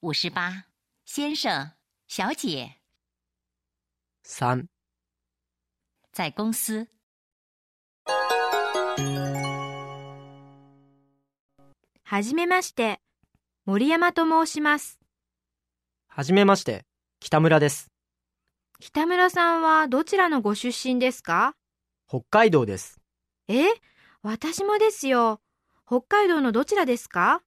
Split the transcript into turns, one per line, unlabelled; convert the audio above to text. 五十八，先生、小姐
3、
在公司。
はじめまして。森山と申します。
はじめまして、北村です。
北村さんはどちらのご出身ですか
北海道です。
え私もですよ。北海道のどちらですか